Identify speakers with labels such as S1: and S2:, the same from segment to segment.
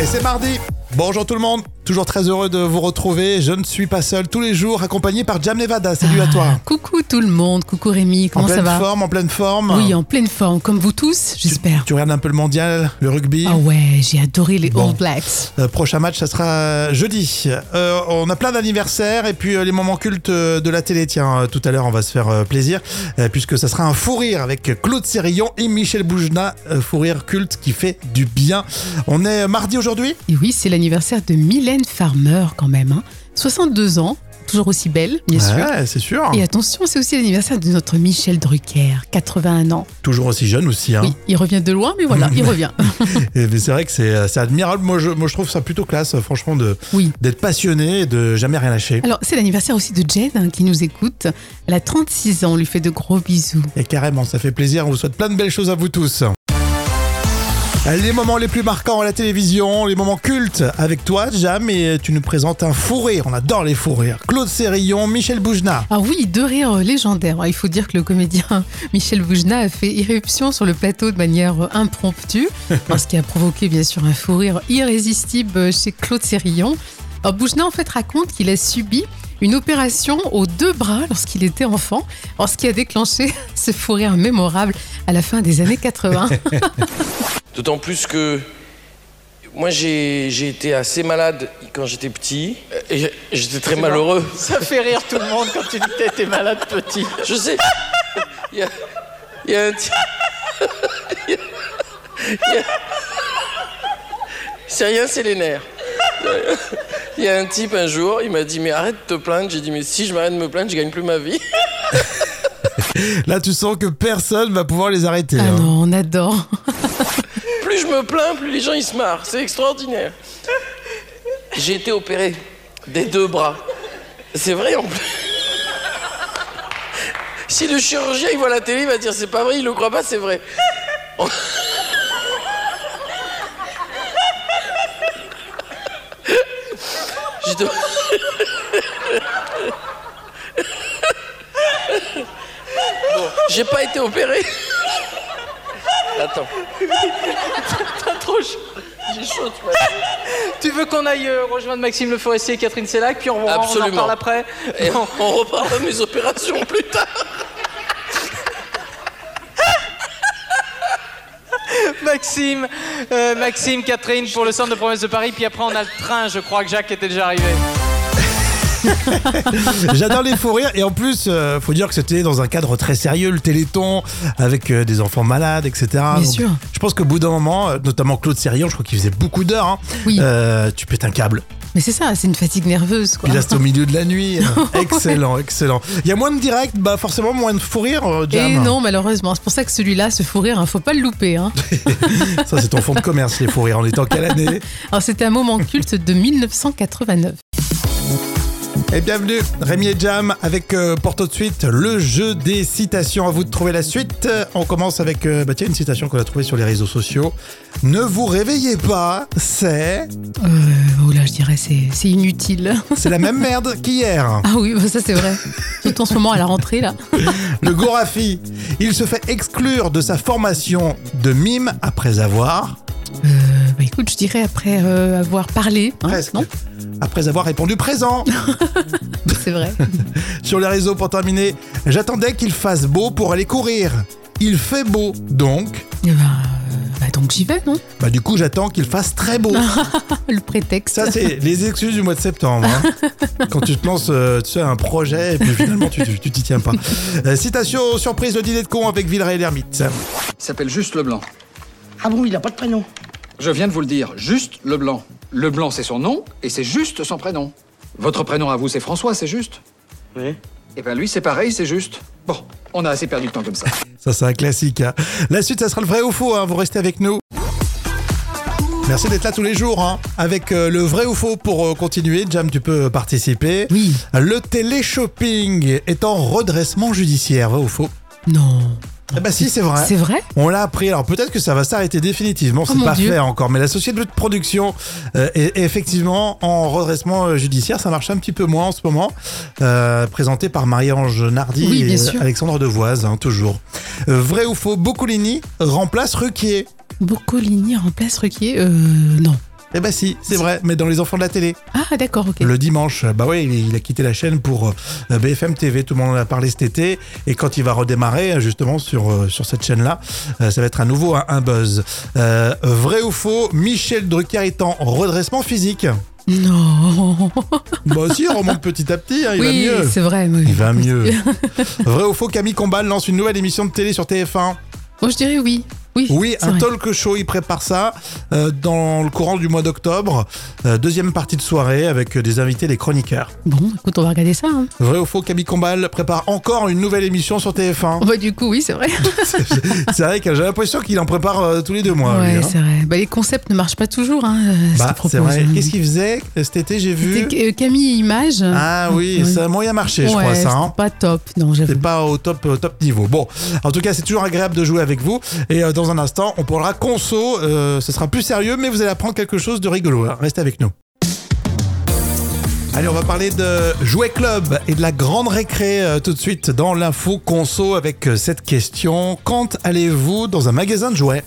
S1: Et c'est mardi Bonjour tout le monde, toujours très heureux de vous retrouver. Je ne suis pas seul tous les jours, accompagné par Jam Nevada. Salut à toi.
S2: Ah, Coucou tout le monde, coucou Rémi,
S1: En
S2: comment ça
S1: pleine
S2: va
S1: forme, en pleine forme.
S2: Oui, en pleine forme, comme vous tous, j'espère.
S1: Tu regardes un peu le mondial, le rugby.
S2: Ah ouais, j'ai adoré les
S1: Bon.
S2: All Blacks.
S1: Euh, prochain match, ça sera euh, jeudi. Euh, on a plein d'anniversaires et puis euh, les moments cultes euh, de la télé. Tiens, euh, tout à l'heure, on va se faire euh, plaisir euh, puisque ça sera un fou rire avec Claude Sérillon et Michel Boujna. Euh, fou rire culte qui fait du bien. On est mardi aujourd'hui
S2: Et oui, c'est l'anniversaire de Mylène Farmer quand même. hein. 62 ans, toujours aussi belle, bien sûr.
S1: Ouais, c'est sûr.
S2: Et attention, c'est aussi l'anniversaire de notre Michel Drucker, 81 ans.
S1: Toujours aussi jeune aussi. Hein.
S2: Oui, il revient de loin, mais voilà, il revient.
S1: Et- mais c'est vrai que c'est c'est admirable. Moi je, moi, je trouve ça plutôt classe, euh, franchement, de
S2: Oui.
S1: d'être passionné et de jamais rien lâcher.
S2: Alors, c'est l'anniversaire aussi de Jed hein, qui nous écoute. Elle a 36 ans, on lui fait de gros bisous.
S1: Et carrément, ça fait plaisir. On vous souhaite plein de belles choses à vous tous. Les moments les plus marquants à la télévision, les moments cultes avec toi, Jam, et tu nous présentes un fou rire. On adore les fous rires. Claude Sérillon, Michel Boujna.
S2: Ah oui, deux rires légendaires. Alors, Il faut dire que le comédien Michel Boujna a fait irruption sur le plateau de manière euh, impromptue, alors, ce qui a provoqué bien sûr un fou rire irrésistible euh, chez Claude Sérillon. Alors Boujna en fait raconte qu'il a subi une opération aux deux bras lorsqu'il était enfant, alors, ce qui a déclenché ce fou rire mémorable à la fin des années 80.
S3: D'autant plus que moi j'ai j'ai été assez malade quand j'étais petit et j'ai- j'étais très malheureux.
S4: Ça fait rire tout le monde quand tu dis que t'es malade petit.
S3: Je sais. Il y a, il y a un type. il y a- il y a- C'est rien, c'est les nerfs. Il y a un type un jour, il m'a dit mais arrête de te plaindre. J'ai dit mais si je m'arrête de me plaindre, je gagne plus ma vie.
S1: Là, tu sens que personne va pouvoir les arrêter.
S2: ah
S1: hein.
S2: non, on adore.
S3: Plus je me plains, plus les gens ils se marrent. C'est extraordinaire. J'ai été opéré des deux bras. C'est vrai en plus. Si le chirurgien il voit la télé, il va dire c'est pas vrai, il le croit pas, c'est vrai. On- J'étais- Bon, j'ai pas été opéré. Attends.
S4: T'as trop chaud.
S3: J'ai chaud, tu vois.
S4: Tu veux qu'on aille euh, rejoindre Maxime Le Forestier et Catherine Sellac, puis on, reprend, on en
S3: Absolument.
S4: parle après
S3: Et on, on reparlera de mes opérations plus tard.
S4: Maxime, euh, Maxime, Catherine pour le centre de promesse de Paris, puis après on a le train, je crois que Jacques était déjà arrivé.
S1: J'adore les fous rires. Et en plus, euh, faut dire que c'était dans un cadre très sérieux, le téléthon, avec euh, des enfants malades, etc. Bien
S2: sûr.
S1: Je pense qu'au bout d'un moment, euh, notamment Claude Sérillon, je crois qu'il faisait beaucoup d'heures. hein,
S2: Oui.
S1: euh, tu pètes un câble.
S2: Mais c'est ça, c'est une fatigue nerveuse quoi.
S1: Puis là, c'était au milieu de la nuit. excellent, excellent. Il y a moins de direct, bah forcément moins de fou rire, euh, Jam.
S2: Et Eh non, malheureusement, c'est pour ça que celui-là, ce fou rire, hein, faut pas le louper. hein.
S1: Ça, c'est ton fonds de commerce, les fous rires. On est en quelle année
S2: Alors Ah, c'était un moment culte de 1989.
S1: Et bienvenue, Rémi et Jam, avec euh, pour tout de suite le jeu des citations. À vous de trouver la suite. Euh, On commence avec euh, bah, tiens, une citation qu'on a trouvée sur les réseaux sociaux. Ne vous réveillez pas, c'est.
S2: Euh, oh là, je dirais c'est c'est inutile.
S1: C'est la même merde qu'hier.
S2: Ah oui, bah ça c'est vrai. Surtout en ce moment à la rentrée là.
S1: Le Gorafi, il se fait exclure de sa formation de mime après avoir.
S2: Euh, bah écoute, je dirais après euh, avoir parlé. hein,
S1: Presque.
S2: Non,
S1: Après avoir répondu présent.
S2: c'est vrai.
S1: Sur les réseaux pour terminer, j'attendais qu'il fasse beau pour aller courir. Il fait beau, donc.
S2: Eh ben, euh, bah donc j'y vais, non
S1: Bah du coup j'attends qu'il fasse très beau.
S2: Le prétexte.
S1: Ça c'est les excuses du mois de septembre. hein. Quand tu te lances, euh, tu sais, un projet et puis finalement tu tu- tu t'y tiens pas. Euh, citation surprise de dîner de con avec Villeray et l'ermite.
S5: Il s'appelle Juste Leblanc.
S6: Ah bon, il a pas de prénom.
S5: Je viens de vous le dire, Juste Leblanc. Leblanc, c'est son nom, et c'est juste son prénom. Votre prénom à vous, c'est François, c'est juste
S6: Oui.
S5: Eh ben lui, c'est pareil, c'est juste. Bon, on a assez perdu le temps comme ça.
S1: Ça c'est un classique. hein. La suite ça sera le vrai ou faux. hein. Vous restez avec nous. Merci d'être là tous les jours hein, avec euh, le vrai ou faux pour euh, continuer. Jam, tu peux participer.
S2: Oui.
S1: Le télé-shopping est en redressement judiciaire, vrai ou faux
S2: Non.
S1: Eh ben si, c'est vrai.
S2: C'est vrai
S1: On l'a appris, alors peut-être que ça va s'arrêter définitivement, c'est
S2: Oh mon
S1: pas
S2: Dieu.
S1: fait encore, mais la société de production euh, est, est effectivement en redressement euh, judiciaire, ça marche un petit peu moins en ce moment, euh, présenté par Marie-Ange Nardi
S2: Oui, bien
S1: et euh,
S2: sûr.
S1: Alexandre Devoise, hein, toujours. Euh, vrai ou faux, Boccolini remplace Ruquier.
S2: Boccolini remplace Ruquier Euh, non.
S1: Eh ben si, c'est vrai, mais dans Les Enfants de la télé.
S2: Ah, d'accord, ok.
S1: Le dimanche, bah ouais, il, il a quitté la chaîne pour euh, BFM TV, tout le monde en a parlé cet été, et quand il va redémarrer euh, justement sur, euh, sur cette chaîne-là, euh, ça va être à nouveau un, un buzz. Euh, vrai ou faux, Michel Drucker est en redressement physique
S2: Non.
S1: Bah si, on remonte petit à petit, hein, il
S2: oui,
S1: va mieux.
S2: c'est vrai. oui.
S1: Il va mieux. Vrai ou faux, Camille Combal lance une nouvelle émission de télé sur TF1.
S2: Moi, Oh, je dirais oui. Oui,
S1: Oui,
S2: c'est
S1: un
S2: vrai.
S1: talk show, il prépare ça euh, dans le courant du mois d'octobre. Euh, deuxième partie de soirée avec des invités, les chroniqueurs.
S2: Bon, écoute, on va regarder ça. hein.
S1: Vrai ou faux, Camille Combal prépare encore une nouvelle émission sur TF1.
S2: Bah, du coup, oui, c'est vrai.
S1: c'est vrai que j'ai l'impression qu'il en prépare euh, tous les deux mois. lui,
S2: ouais,
S1: hein.
S2: c'est vrai. Bah, les concepts ne marchent pas toujours. Hein, euh, ce
S1: Bah,
S2: qu'ils
S1: c'est
S2: proposent,
S1: vrai.
S2: hein.
S1: Qu'est-ce qu'il faisait cet été J'ai vu.
S2: C'était, euh, Camille Image.
S1: Ah oui,
S2: Ouais.
S1: ça a moyen marché, je
S2: ouais,
S1: crois, ça. hein.
S2: c'était pas top. Non, j'avoue.
S1: C'est pas au top, au top niveau. Bon, en tout cas, c'est toujours agréable de jouer avec vous. Et euh, dans un instant, on parlera conso. euh, ce sera plus sérieux, mais vous allez apprendre quelque chose de rigolo. hein. Restez avec nous. Allez, on va parler de Jouet Club et de la grande récré euh, tout de suite dans l'info conso avec euh, cette question. Quand allez-vous dans un magasin de jouets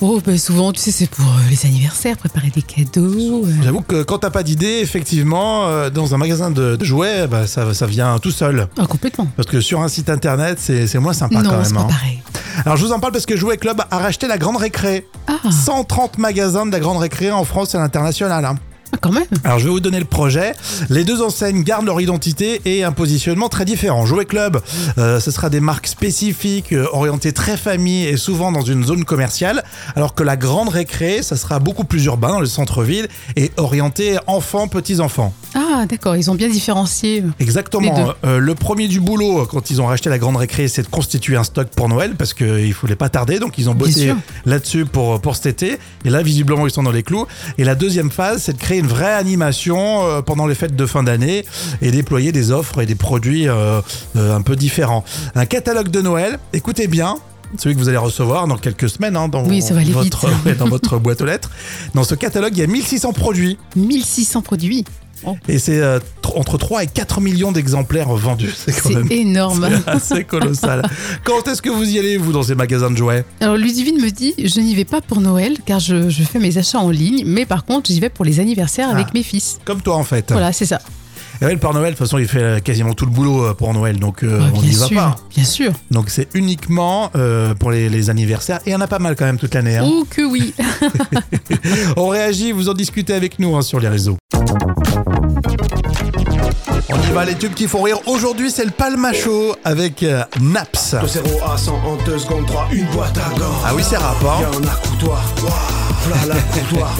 S2: Oh, bah, souvent, tu sais, c'est pour euh, les anniversaires, préparer des cadeaux. euh.
S1: J'avoue que quand t'as pas d'idée, effectivement, euh, dans un magasin de, de jouets, bah, ça, ça vient tout seul.
S2: Ah, complètement.
S1: Parce que sur un site internet, c'est c'est moins sympa quand
S2: non,
S1: même.
S2: c'est
S1: hein.
S2: pas pareil.
S1: Alors je vous en parle parce que Jouet Club a racheté la Grande Récré.
S2: Ah,
S1: 130 magasins de la Grande Récré en France et à l'international. hein.
S2: ah, quand même.
S1: Alors je vais vous donner le projet. Les deux enseignes gardent leur identité et un positionnement très différent. Jouet Club, euh, ce sera des marques spécifiques, euh, orientées très famille et souvent dans une zone commerciale, alors que la Grande Récré, ça sera beaucoup plus urbain dans le centre-ville et orienté enfants, petits-enfants.
S2: Ah, d'accord, ils ont bien différencié. Les
S1: Exactement.
S2: deux.
S1: Euh, le premier du boulot, euh, quand ils ont racheté la grande récré, c'est de constituer un stock pour Noël parce qu'il ne fallait pas tarder. Donc, ils ont
S2: Bien
S1: bossé
S2: sûr.
S1: là-dessus pour, pour cet été. Et là, visiblement, ils sont dans les clous. Et la deuxième phase, c'est de créer une vraie animation euh, pendant les fêtes de fin d'année et déployer des offres et des produits euh, euh, un peu différents. Un catalogue de Noël, écoutez bien. Celui que vous allez recevoir dans quelques semaines hein, dans,
S2: Oui, ça va aller
S1: votre,
S2: vite.
S1: ouais, dans votre boîte aux lettres. Dans ce catalogue, il y a 1600 produits
S2: 1600 produits.
S1: et c'est euh, tr- entre 3 et 4 millions d'exemplaires vendus. C'est quand
S2: C'est
S1: même
S2: énorme.
S1: c'est assez colossal. Quand est-ce que vous y allez, vous, dans ces magasins de jouets
S2: Alors Ludivine me dit, je n'y vais pas pour Noël car je, je fais mes achats en ligne, mais par contre j'y vais pour les anniversaires
S1: Ah.
S2: avec mes fils.
S1: Comme toi, en fait.
S2: Voilà, c'est ça.
S1: Et ouais, le Père Noël, de toute façon, il fait euh, quasiment tout le boulot euh, pour Noël, donc euh,
S2: Bah,
S1: on
S2: bien
S1: n'y va
S2: sûr,
S1: pas.
S2: bien sûr.
S1: Donc c'est uniquement euh, pour les, les anniversaires. Et il y en a pas mal quand même toute l'année. hein.
S2: Oh que oui.
S1: On réagit, vous en discutez avec nous hein, sur les réseaux. On y va, les tubes qui font rire. Aujourd'hui, c'est le Palmacho avec euh, Naps.
S7: De 0 à 100 en 2 secondes 3, une boîte à gants.
S1: Ah oui, c'est rap, hein.
S7: Y'a un accoudoir, voilà la coudoir.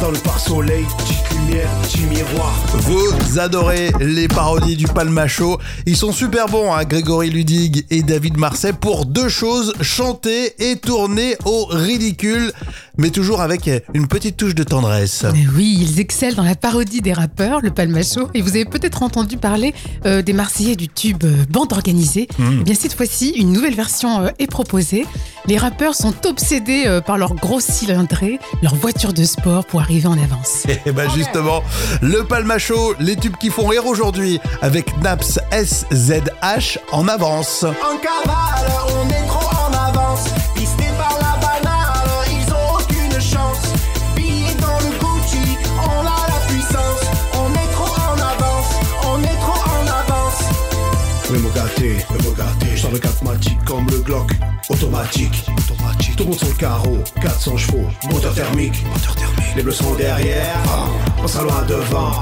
S7: Dans le pare-soleil, petite lumière, petit miroir.
S1: Vous adorez les parodies du Palmacho. Ils sont super bons, hein, Grégory Ludig et David Marseille, pour deux choses, chanter et tourner au ridicule, mais toujours avec une petite touche de tendresse.
S2: Mais oui, ils excellent dans la parodie des rappeurs, le Palmacho. Et vous avez peut-être entendu parler euh, des Marseillais du tube euh, Bande Organisée.
S1: Hmm.
S2: Eh bien cette fois-ci, une nouvelle version euh, est proposée. Les rappeurs sont obsédés euh, par leur gros cylindrée, leur voiture de sport pour arriver en avance.
S1: Et bah justement, le Palmacho, les tubes qui font rire aujourd'hui, avec Naps SZH en avance.
S8: En cavale, on est trop en avance. Pisté par la banale, ils ont aucune chance. Billets dans le Gucci, on a la puissance. On est trop en avance, on est trop en avance.
S7: Mais me gâter, mais me gâter. J'en regarde matique comme le Glock. Automatique, automatique. Tout le monde sur le carreau, 400 chevaux. Moteur thermique, moteur thermique. Les bleus sont derrière, Ah. on sera loin devant.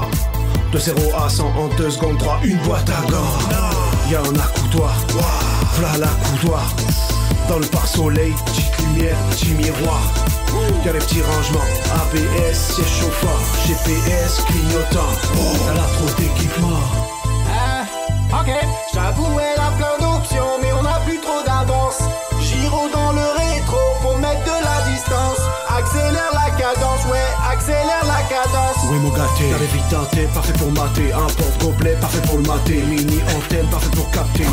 S7: De 0 à 100 en 2 secondes 3, une boîte à gants. Y'a un accoudoir, voilà l'accoudoir. Dans le pare-soleil, petite lumière, petit miroir. Y'a les petits rangements, ABS, siège chauffant, GPS, clignotant. T'as là trop d'équipement.
S8: Ah, ok, j'avoue, elle a plein d'options, mais on a plus trop d'avance. Giro dans le rétro pour mettre de la distance. Accélère la cadence, ouais, accélère la cadence.
S7: Oui mon gâté, t'as les vies teintées, parfait pour mater Un porte-gobelet, parfait pour le mater Mini antenne, parfait pour capter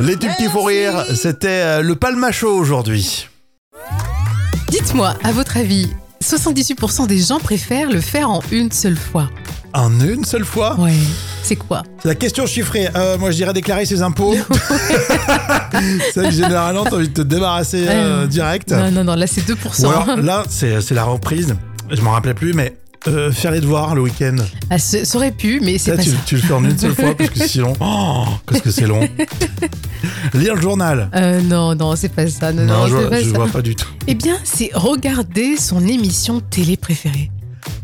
S1: Les tubes qui font rire, c'était euh, le Palmacho aujourd'hui.
S2: Dites-moi, à votre avis, 78% des gens préfèrent le faire en une seule fois.
S1: En une seule fois
S2: Ouais. C'est quoi
S1: La question chiffrée, euh, moi je dirais déclarer ses impôts. C'est vrai que généralement t'as envie de te débarrasser euh,
S2: Euh,
S1: direct.
S2: Non, non, non, là c'est 2%.
S1: Ou alors là, c'est c'est la reprise. je m'en rappelais plus, mais euh, faire les devoirs le week-end.
S2: Ah, ce- ça aurait pu, mais c'est
S1: Ça,
S2: pas
S1: tu,
S2: ça.
S1: tu le fais en une seule fois parce que sinon, oh, qu'est-ce que c'est long. Lire le journal.
S2: Euh, non, non, c'est pas ça. Non, Euh, non,
S1: je,
S2: c'est
S1: vois,
S2: pas
S1: je
S2: ça.
S1: vois pas du tout.
S2: Eh bien, c'est regarder son émission télé préférée.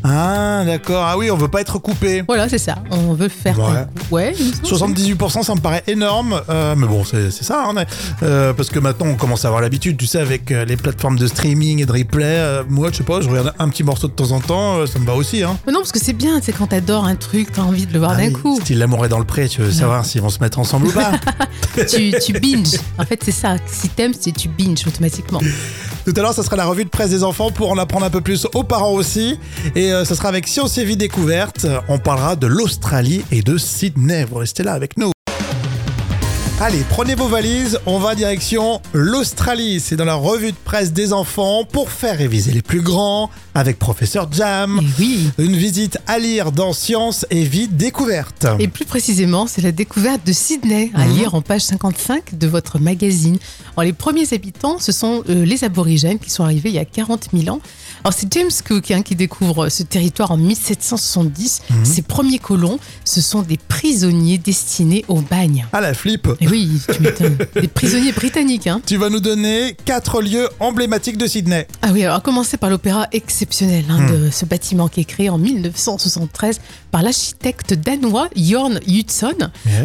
S1: Ah, d'accord. Ah oui, on veut pas être coupé.
S2: Voilà, c'est ça. On veut le faire.
S1: Ouais.
S2: d'un coup. ouais il me semble.
S1: 78%, ça me paraît énorme, euh, mais bon, c'est c'est ça, hein, mais, euh, parce que maintenant on commence à avoir l'habitude, tu sais, avec euh, les plateformes de streaming et de replay. euh, moi, je sais pas, je regarde un petit morceau de temps en temps, euh, ça me va aussi. Hein.
S2: Mais non, parce que c'est bien, c'est quand t'adores un truc, t'as envie de le voir
S1: Ah
S2: d'un
S1: oui,
S2: coup.
S1: Style l'amour est dans le pré, tu veux savoir s'ils vont se mettre ensemble ou pas.
S2: Tu, tu binges. En fait, c'est ça. Si t'aimes, c'est tu binges automatiquement.
S1: Tout à l'heure, ça sera la revue de presse des enfants pour en apprendre un peu plus aux parents aussi. Et euh, ça sera avec Science et Vie Découverte. On parlera de l'Australie et de Sydney. Vous restez là avec nous. Allez, prenez vos valises, on va direction l'Australie. C'est dans la revue de presse des enfants pour faire réviser les plus grands avec professeur Jam.
S2: Et oui.
S1: Une visite à lire dans Science et Vie Découverte.
S2: Et plus précisément, c'est la découverte de Sydney, à lire en page 55 de votre magazine. Alors, les premiers habitants, ce sont euh, les aborigènes qui sont arrivés il y a 40 000 ans. Alors, c'est James Cook hein, qui découvre ce territoire en 1770. Ses premiers colons, ce sont des prisonniers destinés au bagne.
S1: Ah la flip
S2: Et oui, tu m'étonnes. des prisonniers britanniques, hein.
S1: Tu vas nous donner quatre lieux emblématiques de Sydney.
S2: Ah oui, alors à commencer par l'opéra exceptionnel hein,
S1: Hmm.
S2: de ce bâtiment qui est créé en 1973 par l'architecte danois Jorn Hudson.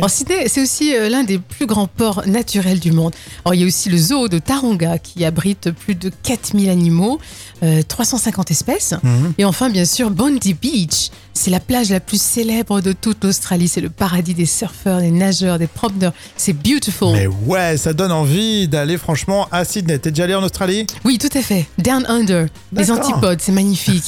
S2: En Sydney, c'est aussi euh, l'un des plus grands ports naturels du monde. Alors, il y a aussi le zoo de Taronga qui abrite plus de 4000 animaux, euh, 350 espèces.
S1: Mhm.
S2: Et enfin, bien sûr, Bondi Beach. C'est la plage la plus célèbre de toute l'Australie. C'est le paradis des surfeurs, des nageurs, des promeneurs. C'est beautiful.
S1: Mais ouais, ça donne envie d'aller franchement à Sydney. T'es déjà allé en Australie
S2: Oui, tout à fait. Down Under. Les
S1: D'accord.
S2: antipodes, c'est magnifique.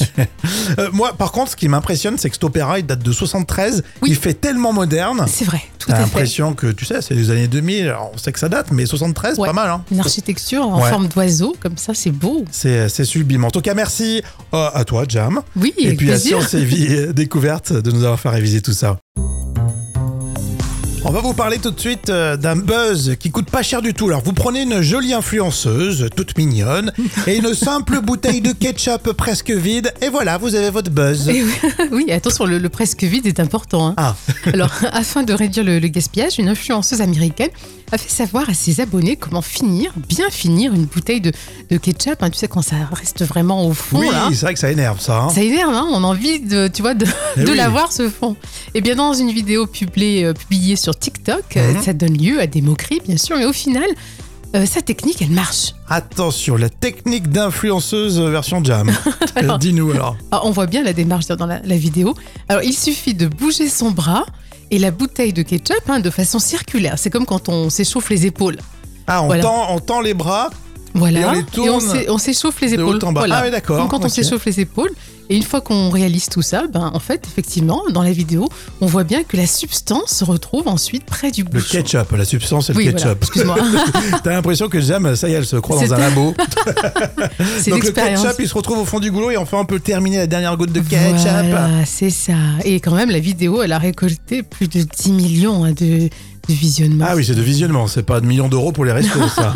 S1: Euh, Moi, par contre, ce qui m'impressionne, c'est que cet opéra, il date de 73.
S2: Oui.
S1: Il fait tellement moderne.
S2: C'est vrai, tout
S1: T'as
S2: à fait.
S1: l'impression que, tu sais, c'est les années 2000. Alors, on sait que ça date, mais 73,
S2: Ouais.
S1: pas mal. Hein.
S2: Une architecture en
S1: Ouais.
S2: forme d'oiseau, comme ça, c'est beau.
S1: C'est c'est sublime. En tout cas, merci euh, à toi, Jam.
S2: Oui,
S1: et
S2: avec
S1: puis
S2: plaisir.
S1: à Science et Vie euh, Découverte de nous avoir fait réviser tout ça. On va vous parler tout de suite euh, d'un buzz qui coûte pas cher du tout. Alors vous prenez une jolie influenceuse, toute mignonne, et une simple bouteille de ketchup presque vide, et voilà, vous avez votre buzz.
S2: Et oui, oui, attention, le, le presque vide est important. hein.
S1: Ah,
S2: Alors, afin de réduire le, le gaspillage, une influenceuse américaine a fait savoir à ses abonnés comment finir, bien finir une bouteille de, de ketchup. hein. tu sais, quand ça reste vraiment au fond,
S1: oui,
S2: là.
S1: c'est vrai que ça énerve ça. hein.
S2: Ça énerve, hein, on a envie de, tu vois, de,
S1: Eh
S2: de
S1: oui.
S2: l'avoir ce fond. Et bien dans une vidéo publiée, euh, publiée sur TikTok, euh,
S1: Mhm.
S2: ça donne lieu à des moqueries, bien sûr, mais au final, euh, sa technique, elle marche.
S1: Attention, la technique d'influenceuse version Jam. Euh,
S2: Alors.
S1: Dis-nous alors.
S2: Ah, on voit bien la démarche dans la, la vidéo. Alors, il suffit de bouger son bras et la bouteille de ketchup hein, de façon circulaire. C'est comme quand on s'échauffe les épaules.
S1: Ah, on,
S2: Voilà.
S1: tend, on tend les bras.
S2: Voilà.
S1: Et on les tourne
S2: s'é- on s'échauffe les
S1: de
S2: épaules.
S1: haut en bas.
S2: Voilà.
S1: Ah oui, d'accord.
S2: Comme quand on
S1: Ok.
S2: s'échauffe les épaules. Et une fois qu'on réalise tout ça, ben, en fait, effectivement, dans la vidéo, on voit bien que la substance se retrouve ensuite près du
S1: Le
S2: bouchon.
S1: ketchup, la substance et
S2: Oui,
S1: le
S2: voilà.
S1: ketchup.
S2: Excuse-moi.
S1: T'as l'impression que Jam, ça y est, elle se croit
S2: C'est-
S1: dans un labo.
S2: C'est
S1: Donc le
S2: l'expérience.
S1: ketchup, il se retrouve au fond du goulot et enfin on peut terminer la dernière goutte de ketchup.
S2: Voilà, c'est ça. Et quand même, la vidéo, elle a récolté plus de 10 millions hein, de, de visionnements.
S1: Ah oui, c'est de visionnement, c'est pas de millions d'euros pour les restos, ça.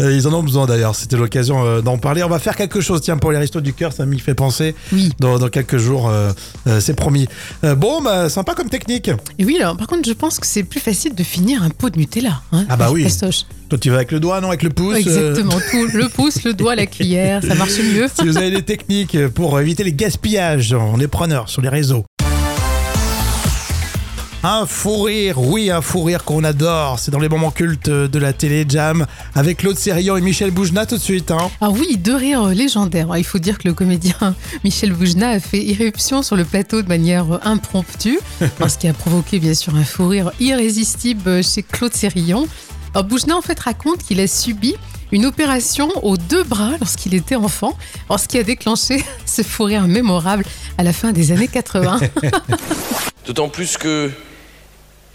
S1: Euh, Ils en ont besoin d'ailleurs, c'était l'occasion euh, d'en parler. On va faire quelque chose, tiens, pour les restos du cœur, ça m'y fait penser.
S2: Oui.
S1: Dans, dans quelques jours, euh, euh, c'est promis. Euh, bon, bah, sympa comme technique.
S2: Et oui, alors par contre, je pense que c'est plus facile de finir un pot de Nutella. hein,
S1: Ah bah
S2: avec
S1: oui.
S2: Pastoche.
S1: Toi, tu vas avec le doigt, non, avec le pouce. euh,
S2: Exactement, tout. Le pouce, le doigt, la cuillère, ça marche mieux.
S1: si vous avez des techniques pour éviter les gaspillages, on est preneur sur les réseaux. Un fou rire, oui, un fou rire qu'on adore. C'est dans les moments cultes de la télé Jam avec Claude Sérian et Michel Boujna tout de suite. hein.
S2: Ah oui, deux rires légendaires. Alors, Il faut dire que le comédien Michel Boujna a fait irruption sur le plateau de manière euh, impromptue, alors, ce qui a provoqué bien sûr un fou rire irrésistible chez Claude Sérillon. Alors Boujna en fait raconte qu'il a subi une opération aux deux bras lorsqu'il était enfant, alors, ce qui a déclenché ce fou rire mémorable à la fin des années 80.
S3: D'autant plus que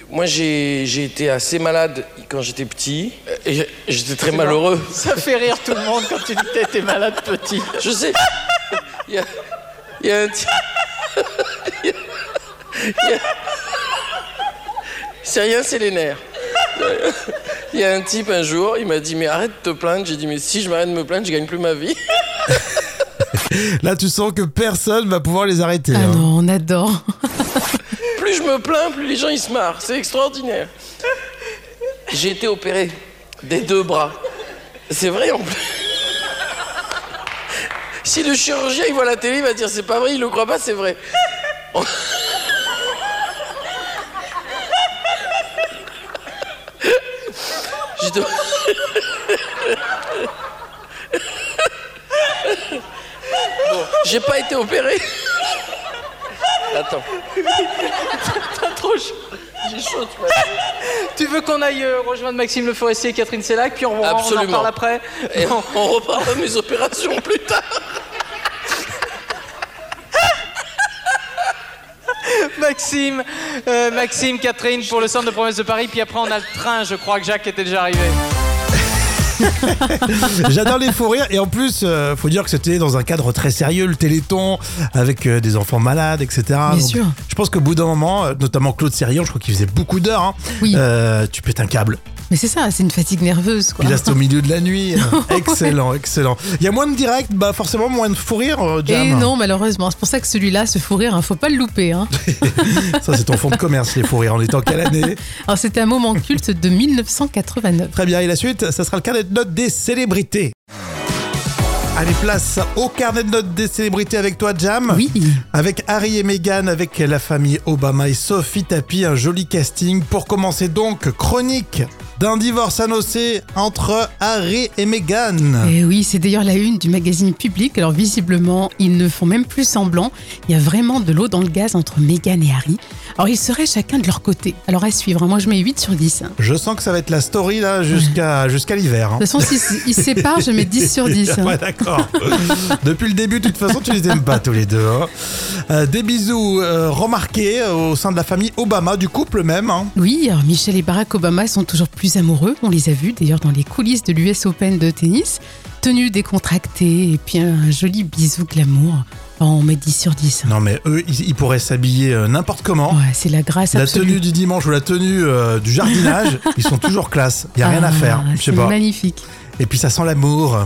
S3: moi j'ai j'ai été assez malade quand j'étais petit et j'ai- j'étais très malheureux.
S4: Ça fait rire tout le monde quand tu dis que t'es malade petit.
S3: Je sais. Il y a, il y a un type. il y a- C'est rien, c'est les nerfs. Il y a un type un jour, il m'a dit mais arrête de te plaindre. J'ai dit mais si je m'arrête de me plaindre, je gagne plus ma vie.
S1: Là, tu sens que personne va pouvoir les arrêter.
S2: Ah
S1: hein.
S2: non, on adore.
S3: Plus je me plains, plus les gens ils se marrent. C'est extraordinaire. J'ai été opéré des deux bras. C'est vrai en plus. Si le chirurgien il voit la télé, il va dire c'est pas vrai, il le croit pas, c'est vrai. On- Je dois- Bon, j'ai pas été opéré. Attends.
S4: T'as trop chaud.
S3: J'ai chaud, tu vois.
S4: Tu veux qu'on aille euh, rejoindre Maxime Le Forestier et Catherine Sellac, puis on, on en
S3: Absolument.
S4: parle après
S3: Et
S4: Non.
S3: on, on reparlera de mes opérations plus tard.
S4: Maxime, euh, Maxime, Catherine pour le centre de promesse de Paris, puis après on a le train, je crois que Jacques était déjà arrivé.
S1: J'adore les faux rires et en plus, euh, faut dire que c'était dans un cadre très sérieux, le Téléthon, avec euh, des enfants malades, etc. Bien
S2: sûr.
S1: Je pense qu'au bout d'un moment, euh, notamment Claude Sérillon, je crois qu'il faisait beaucoup d'heures. hein,
S2: Oui.
S1: euh, tu pètes un câble.
S2: Mais c'est ça, c'est une fatigue nerveuse, quoi.
S1: Puis là, c'était au milieu de la nuit. excellent, excellent. Il y a moins de direct, bah forcément moins de faux rires, euh, Jam.
S2: Et non, malheureusement. C'est pour ça que celui-là, ce fou rire, hein, faut pas le louper. hein.
S1: Ça, c'est ton fonds de commerce, les faux rires. On est en quelle année
S2: Alors, c'était un moment culte de 1989.
S1: Très bien, et la suite, ça sera le carnet de notes des célébrités. Allez, place au carnet de notes des célébrités avec toi, Jam.
S2: Oui.
S1: Avec Harry et Meghan, avec la famille Obama et Sophie Tapi, un joli casting. Pour commencer donc, chronique d'un divorce annoncé entre Harry et Meghan.
S2: Et Eh oui, c'est d'ailleurs la une du magazine public. Alors visiblement, ils ne font même plus semblant. Il y a vraiment de l'eau dans le gaz entre Meghan et Harry. Alors ils seraient chacun de leur côté. Alors à suivre, hein. moi je mets 8 sur 10. hein.
S1: Je sens que ça va être la story là jusqu'à jusqu'à l'hiver. hein.
S2: De toute façon, s'ils s'ils se séparent, je mets 10 sur 10. hein.
S1: Ouais, d'accord. Depuis le début, de toute façon, tu les aimes pas tous les deux. hein. Euh, des bisous euh, remarqués au sein de la famille Obama, du couple même. hein.
S2: Oui, alors Michelle et Barack Obama sont toujours plus amoureux. On les a vus d'ailleurs dans les coulisses de l'US Open de tennis. Tenue décontractée et puis un joli bisou glamour. Oh, on met 10 sur 10. hein.
S1: Non, mais eux, ils, ils pourraient s'habiller euh, n'importe comment.
S2: Ouais, c'est la grâce
S1: La
S2: absolue.
S1: tenue du dimanche ou la tenue euh, du jardinage, ils sont toujours classe. Il y a rien à
S2: Ah,
S1: faire. Je sais
S2: c'est
S1: pas.
S2: magnifique.
S1: Et puis ça sent l'amour.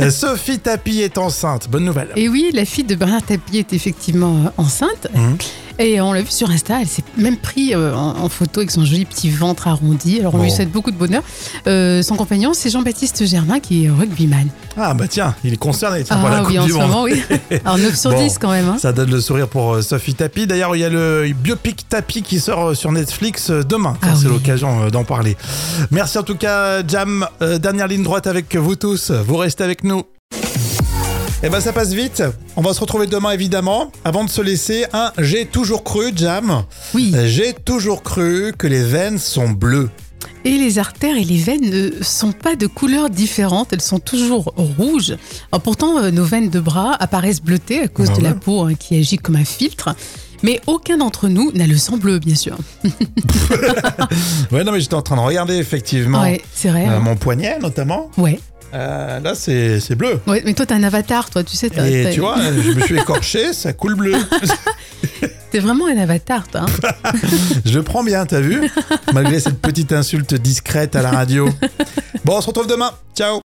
S1: Euh, Sophie Tapi est enceinte. Bonne nouvelle.
S2: Et oui, la fille de Bernard Tapie est effectivement euh, enceinte.
S1: Mhm.
S2: Et on l'a vu sur Insta, elle s'est même pris euh, en, en photo avec son joli petit ventre arrondi. Alors on lui
S1: Bon.
S2: souhaite beaucoup de bonheur. Euh, son compagnon, c'est Jean-Baptiste Germain, qui est rugbyman.
S1: Ah bah tiens, il est concerné tiens,
S2: Ah
S1: pour la Coupe
S2: oui, en
S1: du
S2: ce
S1: Monde.
S2: moment, oui. Alors 9 sur
S1: Bon.
S2: 10 quand même. hein.
S1: Ça donne le sourire pour euh, Sophie Tapi. D'ailleurs, il y a le biopic Tapi qui sort euh, sur Netflix euh, demain.
S2: Ah
S1: Enfin, C'est
S2: oui.
S1: l'occasion euh, d'en parler. Merci en tout cas, Jam. Euh, Dernière ligne droite avec vous tous. Vous restez avec nous. Eh ben ça passe vite. On va se retrouver demain évidemment. Avant de se laisser, un j'ai toujours cru, Jam.
S2: Oui.
S1: Euh, J'ai toujours cru que les veines sont bleues.
S2: Et les artères et les veines ne sont pas de couleurs différentes, elles sont toujours rouges. Alors pourtant, euh, nos veines de bras apparaissent bleutées à cause
S1: Ah
S2: de la
S1: ouais.
S2: peau hein, qui agit comme un filtre. Mais aucun d'entre nous n'a le sang bleu, bien sûr.
S1: Ouais, non, mais j'étais en train de regarder effectivement.
S2: Ouais, c'est vrai.
S1: Euh,
S2: hein.
S1: mon poignet notamment.
S2: Ouais.
S1: Euh, là, c'est c'est bleu.
S2: Ouais, mais toi, t'es un avatar, toi, tu sais. t'as-
S1: Et
S2: Ah, t'as-
S1: tu vois, je me suis écorché, ça coule bleu.
S2: T'es vraiment un avatar, toi. hein.
S1: Je le prends bien, t'as vu Malgré cette petite insulte discrète à la radio. Bon, on se retrouve demain. Ciao